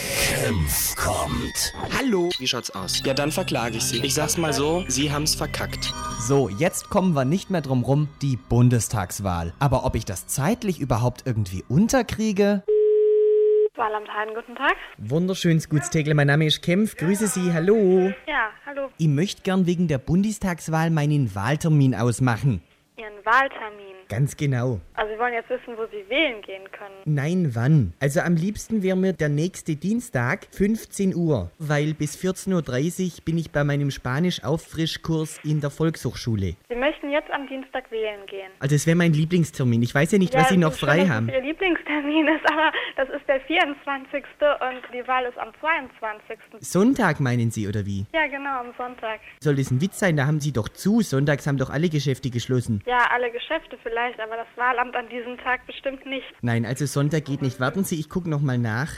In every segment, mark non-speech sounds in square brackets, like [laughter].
Senf kommt. Hallo. Wie schaut's aus? Ja, dann verklage ich Sie. Ich sag's mal so, Sie haben's verkackt. So, jetzt kommen wir nicht mehr drum rum, die Bundestagswahl. Aber ob ich das zeitlich überhaupt irgendwie unterkriege? Wahl am Hain, guten Tag. Wunderschönes Gutstegle, mein Name ist Kempf, grüße Sie, hallo. Ja, hallo. Ich möchte gern wegen der Bundestagswahl meinen Wahltermin ausmachen. Ihren Wahltermin. Ganz genau. Also Sie wollen jetzt wissen, wo Sie wählen gehen können. Nein, wann? Also am liebsten wäre mir der nächste Dienstag, 15 Uhr, weil bis 14.30 Uhr bin ich bei meinem Spanisch-Auffrischkurs in der Volkshochschule. Sie möchten jetzt am Dienstag wählen gehen. Also es wäre mein Lieblingstermin. Ich weiß ja nicht, was Ja, Sie es noch ist frei schön, dass haben. es Ihr Lieblingstermin ist, aber das ist der 24. und die Wahl ist am 22. Sonntag meinen Sie, oder wie? Ja, genau, am Sonntag. Soll das ein Witz sein? Da haben Sie doch zu. Sonntags haben doch alle Geschäfte geschlossen. Ja, alle Geschäfte vielleicht, aber das Wahlamt an diesem Tag bestimmt nicht. Nein, also Sonntag geht nicht. Warten Sie, ich gucke nochmal nach.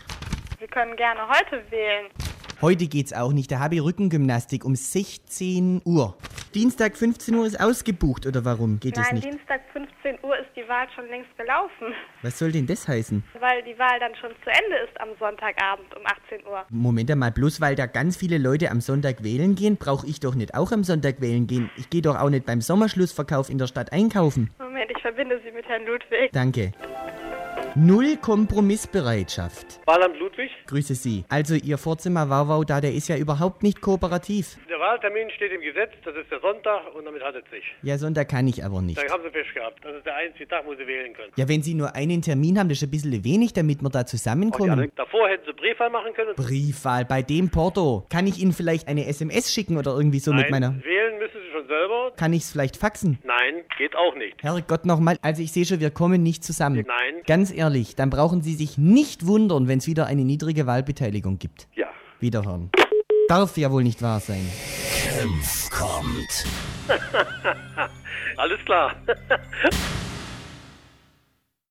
Sie können gerne heute wählen. Heute geht's auch nicht. Da habe ich Rückengymnastik um 16 Uhr. Dienstag 15 Uhr ist ausgebucht, oder warum geht es Nein, nicht? Dienstag 15 Uhr ist die Wahl schon längst gelaufen, [laughs] Was soll denn das heißen? weil die Wahl dann schon zu Ende ist am Sonntagabend um 18 Uhr. Moment einmal, bloß weil da ganz viele Leute am Sonntag wählen gehen, brauche ich doch nicht auch am Sonntag wählen gehen. Ich gehe doch auch nicht beim Sommerschlussverkauf in der Stadt einkaufen. Moment, ich verbinde Sie mit Herrn Ludwig. Danke. Null Kompromissbereitschaft. Wahlamt Ludwig. Grüße Sie. Also Ihr Vorzimmer Wauwau da, der ist ja überhaupt nicht kooperativ. Der Wahltermin steht im Gesetz, das ist der Sonntag und damit hat es sich. Ja, Sonntag kann ich aber nicht. Dann haben Sie Pech gehabt. Das ist der einzige Tag, wo Sie wählen können. Ja, wenn Sie nur einen Termin haben, das ist ein bisschen wenig, damit wir da Oh, zusammenkommen. Davor hätten Sie Briefwahl machen können. Briefwahl bei dem Porto. Kann ich Ihnen vielleicht eine SMS schicken oder irgendwie so mit Nein, meiner... wählen müssen Sie schon selber. Kann ich es vielleicht faxen? Nein, geht auch nicht. Herrgott nochmal, also ich sehe schon, wir kommen nicht zusammen. Nein. Ganz ehrlich, dann brauchen Sie sich nicht wundern, wenn es wieder eine niedrige Wahlbeteiligung gibt. Ja. Wiederhören. Darf ja wohl nicht wahr sein. Senf kommt. Alles klar.